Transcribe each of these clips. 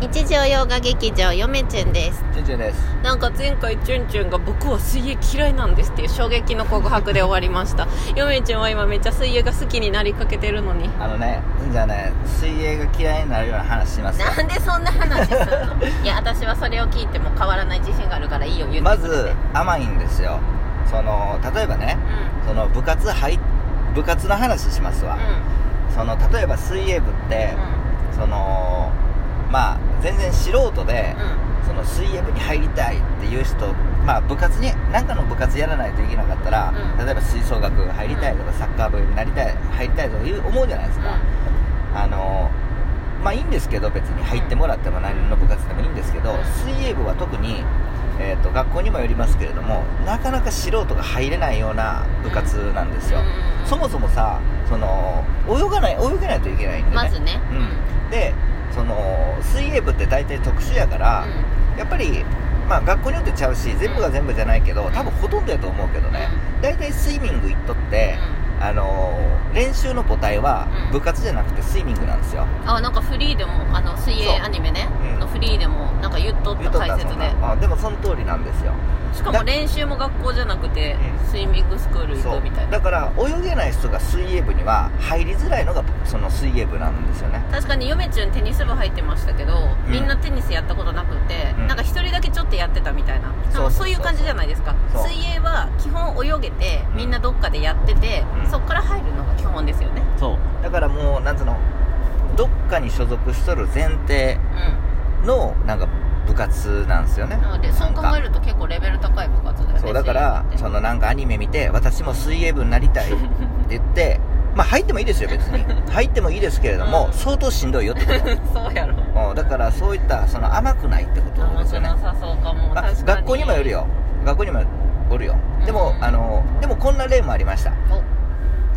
日常洋画劇場よめちゅんですチュンチュンですなんか前回チュンチュンが僕は水泳嫌いなんですっていう衝撃の告白で終わりましたよめちゅんは今めっちゃ水泳が好きになりかけてるのにあのねじゃあね水泳が嫌いになるような話しますよなんでそんな話するのいや私はそれを聞いても変わらない自信があるからいいよ言っまてくれてず甘いんですよその例えばねうんその部活入っ部活の話しますわ、その例えば水泳部って、そのまあ全然素人で、その水泳部に入りたいっていう人まあ部活に何かの部活やらないといけなかったら、うん例えば吹奏楽部入りたいとか、サッカー部になりたい入りたいとかいう思うじゃないですか、あのまあいいんですけど別に入ってもらっても何の部活でもいいんですけど水泳部は特に、えー、と学校にもよりますけれどもなかなか素人が入れないような部活なんですよ、そもそもさその泳がない泳げないといけないんでね、まずねうん、でその水泳部って大体特殊やから、やっぱり、まあ、学校によってちゃうし全部が全部じゃないけど多分ほとんどやと思うけどね大体スイミング行っとって、あの練習の母体はうん部活じゃなくてスイミングなんですよあなんかフリーでもあの水泳アニメねそううんのフリーでもなんか言っとった言っとった解んす説もんでなあでもその通りなんですよしかも練習も学校じゃなくてうスイミングスクール行そくみたいうなだから泳げない人が水泳部には入りづらいのがその水泳部なんですよね確かに嫁ちゅんテニス部入ってましたけど、うんみんなテニスやったことなくて、うんなんか一人だけちょっとやってたみたいなそうなんかそういう感じじゃないですかそう水泳は基本泳げてうんみんなどっかでやってて、うんそっから入るのが基本ですよねそうだからもうなんつうのどっかに所属しとる前提うのなんか部活なんですよねんなのでそう考えるると結構レベル高い部活だよねそうだから水泳ってそのなんかアニメ見て私も水泳部になりたいって言って まあ入ってもいいですよ別に入ってもいいですけれども、うん相当しんどいよってことそうやろうんだからそういったその甘くないってこと甘ですくよねなさそうかもまあ確かに学校にもよるよ学校にもおるよでも、うんあのでもこんな例もありました、お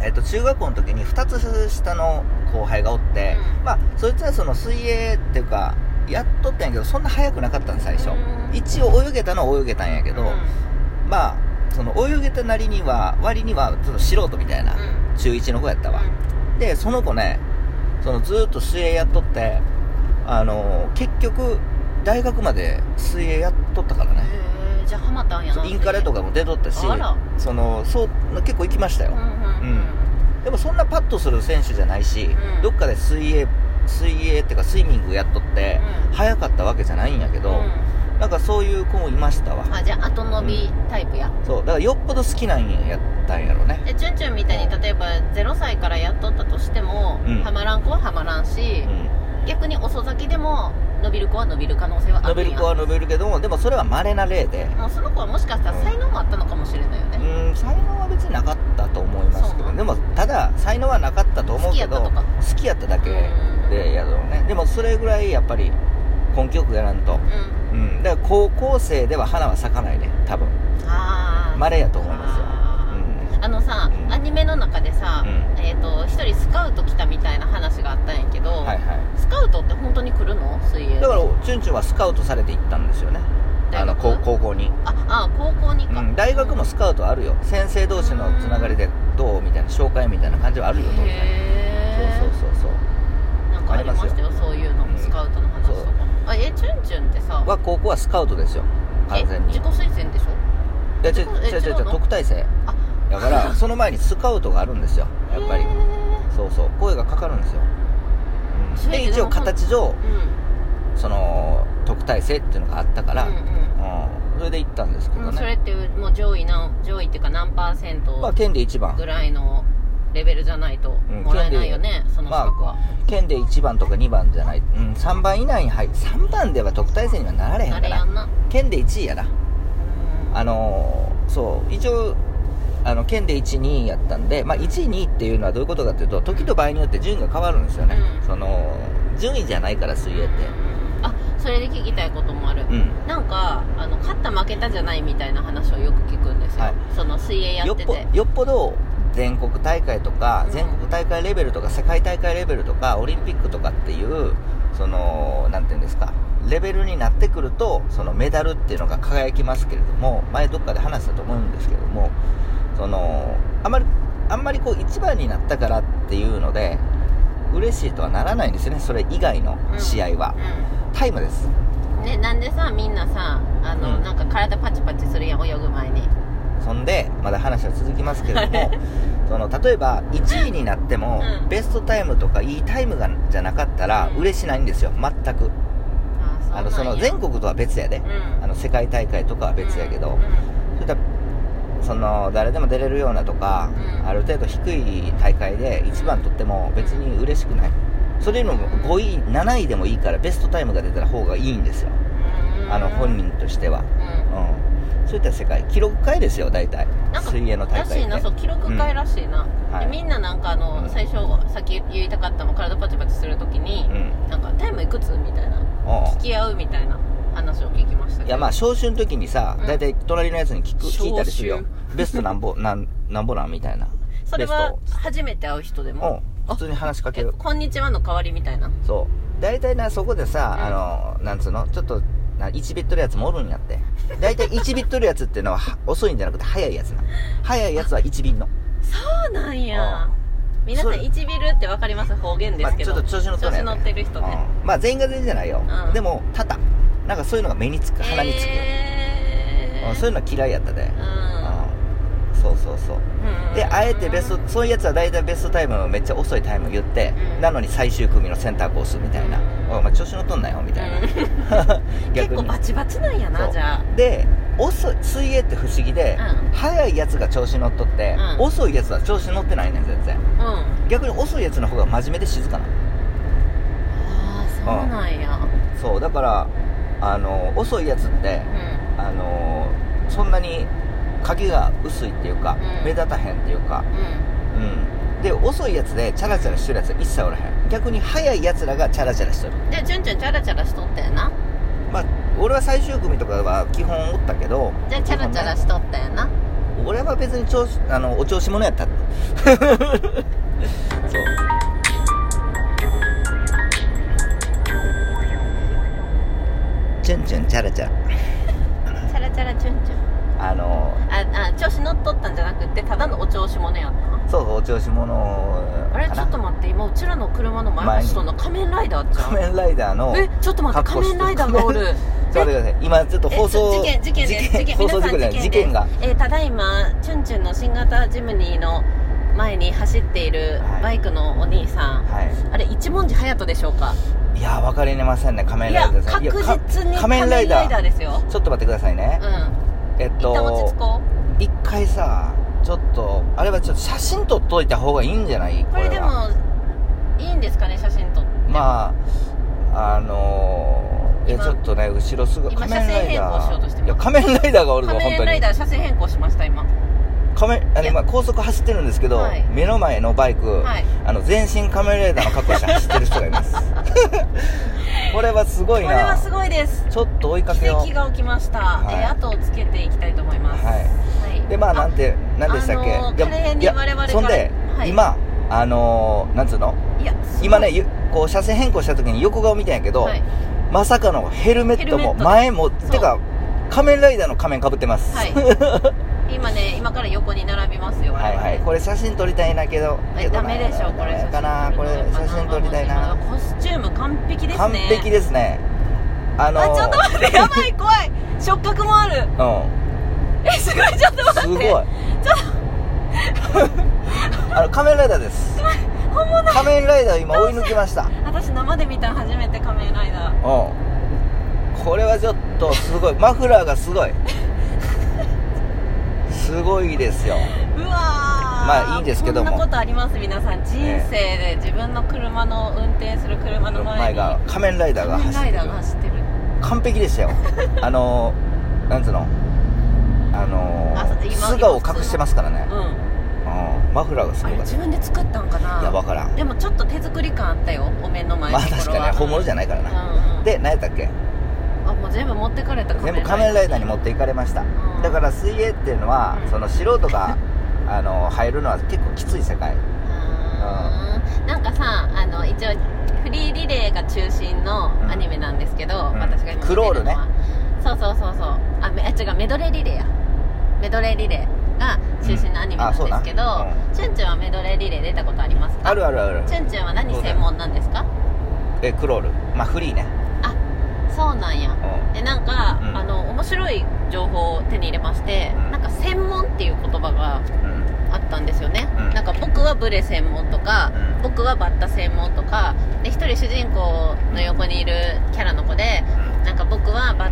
えっと中学校の時に2つ下の後輩がおって、うんまあそいつはその水泳っていうかやっとったんやけどそんな速くなかったん最初、うん一応泳げたのは泳げたんやけど、うんまあその泳げたなりには割にはちょっと素人みたいな、うん中1の子やったわ、でその子ねそのずーっと水泳やっとってあの結局大学まで水泳やっとったからね、へえじゃあハマったんやなインカレとかかも出とったしあらそのそう結構行きましたうよん、うんでもそんなパッとする選手じゃないし、うんどっかで水泳水泳っていうかスイミングやっとって、うん早かったわけじゃないんやけうど、なんかそういう子もいましたわんあじゃあ後伸びタイプやそうだからよっぽど好きなんやったんやろねでチュンチュンみたいに例えば0歳からやっとったとしても、うんハマらん子はハマらんし、うん逆に遅咲きでも伸びる子は伸びる可能性はあ伸るびんるや子は伸びるけどもでもそれは稀な例でもうその子はもしかしたら才能もあったのかもしれないようね、ん才能は別になかったと思いますけそうなどんでもただ才能はなかったと思うけど好きやったと好きやっただけうんでやろうねでもそれぐらいやっぱり根気よくやらんとうんうんだから高校生では花は咲かないね多分あーまれやと思いますよあーあのさ、うんアニメの中でさ、うんえっ、と一人スカウト来たみたいな話があったんやけど、うんはいはスカウトって本当に来るの水泳いだからチュンチュンはスカウトされて行ったんですよねあ大の学高高校に、ああ高校にうか、ん、大学もスカウトあるよ先生同士のつながりでどうみたいな紹介みたいな感じはあるよ当然へーそうそうそうそなんかありましたよそういうのうんスカウトの話とかあえチュンチュンってさうは高校はスカウトですよえ完全に自己推薦でしょいや違うえ違う違う違違うのう特待生あだからその前にスカウトがあるんですよやっぱりへーそうそう声がかかるんですよ、うん、そうやけでど一応形上うんその特待生っていうのがあったから、ううんんそれで行ったんですけうんもどうそれね、ってもう上位な上位っていうか何パーセンまあト県で一ぐ番らいのレベルじゃないとんもらえないよね、その資格は、県で一番とか二番じゃない、うん、3番以内に入3番では特待生にはなられへんあかれやらんな県で1位やなうんあのーそう一応あの県で1位2位やったんで、まあ、1位2位っていうのはどういうことかっていうと時と場合によって順位が変わるんですよね、うんその順位じゃないから水泳ってあそれで聞きたいこともある、うんなんかあの勝った負けたじゃないみたいな話をよく聞くんですよ、はいその水泳やよっってぽてよっぽど全国大会とか、うん全国大会レベルとか世界大会レベルとかオリンピックとかっていうそのなんていうんですかレベルになってくるとそのメダルっていうのが輝きますけれども前どっかで話したと思うんですけれどもそのあまりあんまりこう一番になったからっていうので嬉しいとはならないんですよねそれ以外の試合は、タイムですうんねなんでさみんなさあの、うんなんか体パチパチするやん泳ぐ前にそんでまだ話は続きますけれどもその例えば1位になっても、うんベストタイムとかいいタイムがじゃなかったらうん嬉しないんですよ全くあそうなんやあのその全国とは別やで、うんあの世界大会とかは別やけうど、んうんそういったその誰でも出れるようなとか、うんある程度低い大会で1番取っても別に嬉しくないそれよりも5位7位でもいいからベストタイムが出た方がいいんですようんあの本人としては、うんうん、そういった世界記録会ですよ大体なんか水泳の大らし会いってなそう記録会らしいな、はでいみんななんかあの、うん最初さっき言いたかったの体パチパチするときにう、んなんかタイムいくつみたいなう付き合うみたいな話を聞きましたけどんいやまあ招集の時にさうん大体隣のやつに聞く、聞いたりするよ招 ベストなんぼなんなんぼなんみたいなそれはベ初めて会う人でうんも普通に話しかけえるこんにちはの代わりみたいなそう大体なそこでさ、うんあのなんつうのちょっとな1ビットルやつもおるんやって大体1ビットルやつっていうのはは遅いんじゃなくて早いやつな早いやつは1便のそうなんやうん皆さんそれ1ビルって分かります方言でまあすけちょど、っと調子乗ったね調子乗ってる人ね、うんまあ全員が全員じゃないよ、うんでも多々なんかそういうのが目につく鼻につく、えーうんそういうのは嫌いやったで、うんうそうそうそうんうんであえてベストそういうやつは大体ベストタイムめっちゃ遅いタイム言って、うんなのに最終組のセンターコースみたいな、うんおいお前調子乗っとんなよみたい な、結構バチバチなんやなそうじゃあで遅い水泳って不思議で、うん速いやつが調子乗っとって、うん遅いやつは調子乗ってないねん全然うんあ逆に遅いやつの方が真面目で静かなあそうなんやそうだからあの遅いやつってうあのそんなに影が薄いっていうか、うん目立たへんっていうかんうんうんで遅いやつでチャラチャラしてるやつは一切おらへん逆に速いやつらがチャラチャラしてるじゃあチュンチュンチャラチャラしとったよなまあ俺は最終組とかは基本おったけどじゃあチャラチャラしとったよな俺は別に調子あのお調子者やった そうチュンチュンチャラチチャャラチャラチュンチュンラあのああ調子乗っとったんじゃなくってただのお調子者やったなそうそうお調子者かなあれちょっと待って今うちらの車の前走っとんの仮面ライダーちゃ仮う面ライダーのえちょっと待って格好仮して面ライダーがお るちょっと待ってください今ちょっとえ放送ちょ事件事件です事件 放皆送さ事ん故じゃない事件がですえーただいまチュンチュンの新型ジムニーの前に走っているはいバイクのお兄さん、はあれ一文字隼人でしょうかいいや分かりませんね仮面いラやイダーさん確実にか仮面ライダーですよちょっと待ってくださいねう、んえっ一旦落とち着こう一回さちょっとあれはちょっと写真撮っといた方がいいんじゃないここれれはでもいいんですかね写真撮ってまああのー、いや今ちょっとね後ろすぐ今車線変更しようとしてますいや仮面ライダーがおるぞ仮本当面ライにダー車線変更しました今仮面あいのや今高速走ってるんですけど、はい目の前のバイク、はいあの全身仮面ライダーの格好して走ってる人が いますこれはすごこいれなはすごいですちょっと追いか奇けよ跡うが起きました、はいえー後をつけていきたいと思いますはいい、でまあなんてなんでしたっけ、あのーいや華麗にいや我々からそんで、はい今あのー、なんつうのいやすごい今ねゆこう車線変更した時に横顔見たんやけど、はい、まさかのヘルメットヘルメットもです前もそうてか仮面ライダーの仮面かぶってます、は い、今ね今から横に並びますよはいはいこれ写真撮りたいなけどえけどダなメでしょこれダメかなこれ写真撮りたいなコスチューム完璧ですね完璧ですねあのーあちょっと待ってやばい怖い触覚もあるえすごいちょっと待うっんすごてい あの仮面ライダーです本物仮面ライダーを今追い抜きました私生で見たの初めて仮面ライダーうんこれはちょっとすごいマフラーが すごいすごいですようわままあいいですけどもこんなことあります皆さん人生で自分の車の運転する車の前前にが仮面ライダーが仮面走ライってるダーが走ってる完璧でした よあのー、なんつうのあのあそうー、今素顔を隠してますからね、うんうんマフラーがすあごれかっ自分で作ったんかたないやわからんでもちょっと手作り感あったよお面の前まあ確かにね本物じゃないないからな、うんうん、で何やったっけあもう全部持ってかれた全部仮面ライダーにも持っていかれました、うんだから水泳っていうのは、うんその素人があのー入るのは結構きつい世界なんかさあの一応フリーリレーが中心のアニメなんですけど、うん私が今見てるのはクロールねそうそうそうそうあめあ違うメドレーリレーやメドレーリレーがが中心のアニメなんですけど、うんあそうだうんチュンチュンはメドレーリレー出たことありますかあるあるあるチュンチュンは何専門なんですかえクロールまあフリーねあそうなんやうでなんか、うんあの面白い情報を手に入れまして、うんなんか専門っていう言葉がんうんあったんですよね、うんなんか僕はブレ専門とか、うん僕はバッタ専門とかで一人主人公の横にいるキャラの子でなんか僕はバッ、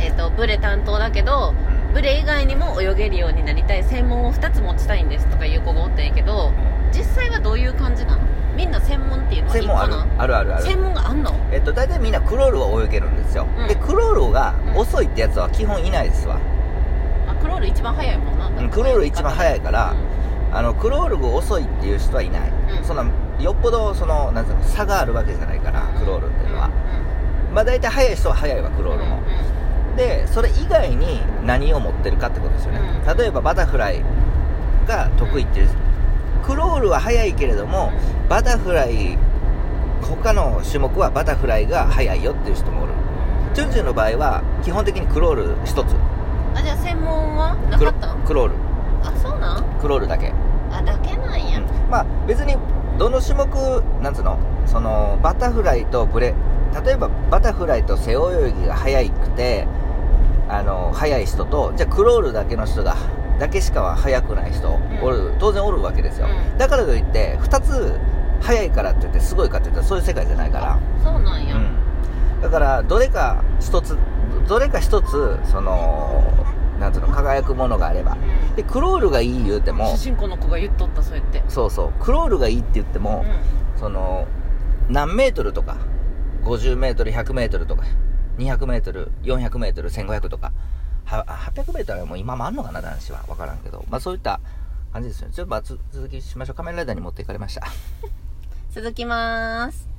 えー、とブレ担当だけどうんブレ以外にも泳げるようになりたい専門を2つ持ちたいんですとかいう子がおったんやけど実際はどういう感じなのみんな専門っていうのは1専個門あるなのあるあるある専門があんのえっと大体みんなクロールは泳げるんですよ、うんでクロールがうん遅いってやつは基本いないですわ、あクロール一番早いもんなうんクロール一番い早いから、あのクロールが遅いっていう人はいない、うんそんなよっぽどそのなんつうの差があるわけじゃないからクロールっていうのは、まあ大体速い人は速いわクロールも、でそれ以外に何を持ってるかってことですよね、うん例えばバタフライが得意っていうクロールは速いけれどもバタフライ他の種目はバタフライが速いよっていう人もおるチュンチュンの場合は基本的にクロール1つあじゃあ専門はなクかロったクロールあそうなんクロールだけ、あだけなんや、うんまあ別にどの種目なんつうのそのバタフライとブレ例えばバタフライと背泳ぎが速くてあの速い人とじゃあクロールだけの人がだけしかは速くない人おる、当然おるわけですよ、うんだからといって2つ速いからって言ってすごいかって言ったらそういう世界じゃないからそうなんや、うん、だからどれか一つどれか一つそのなんつうの輝くものがあればでクロールがいい言うても主人公の子が言っとったそうやってそうそうクロールがいいって言ってうもん、その何メートルとか50メートル100メートルとか200メートル400メートル1500とかは800メートルはもう今もあんのかな男子は分からんけどまあそういった感じですよねちょっとまあつ続きしましょう仮面ライダーに持っていかれました続きまーす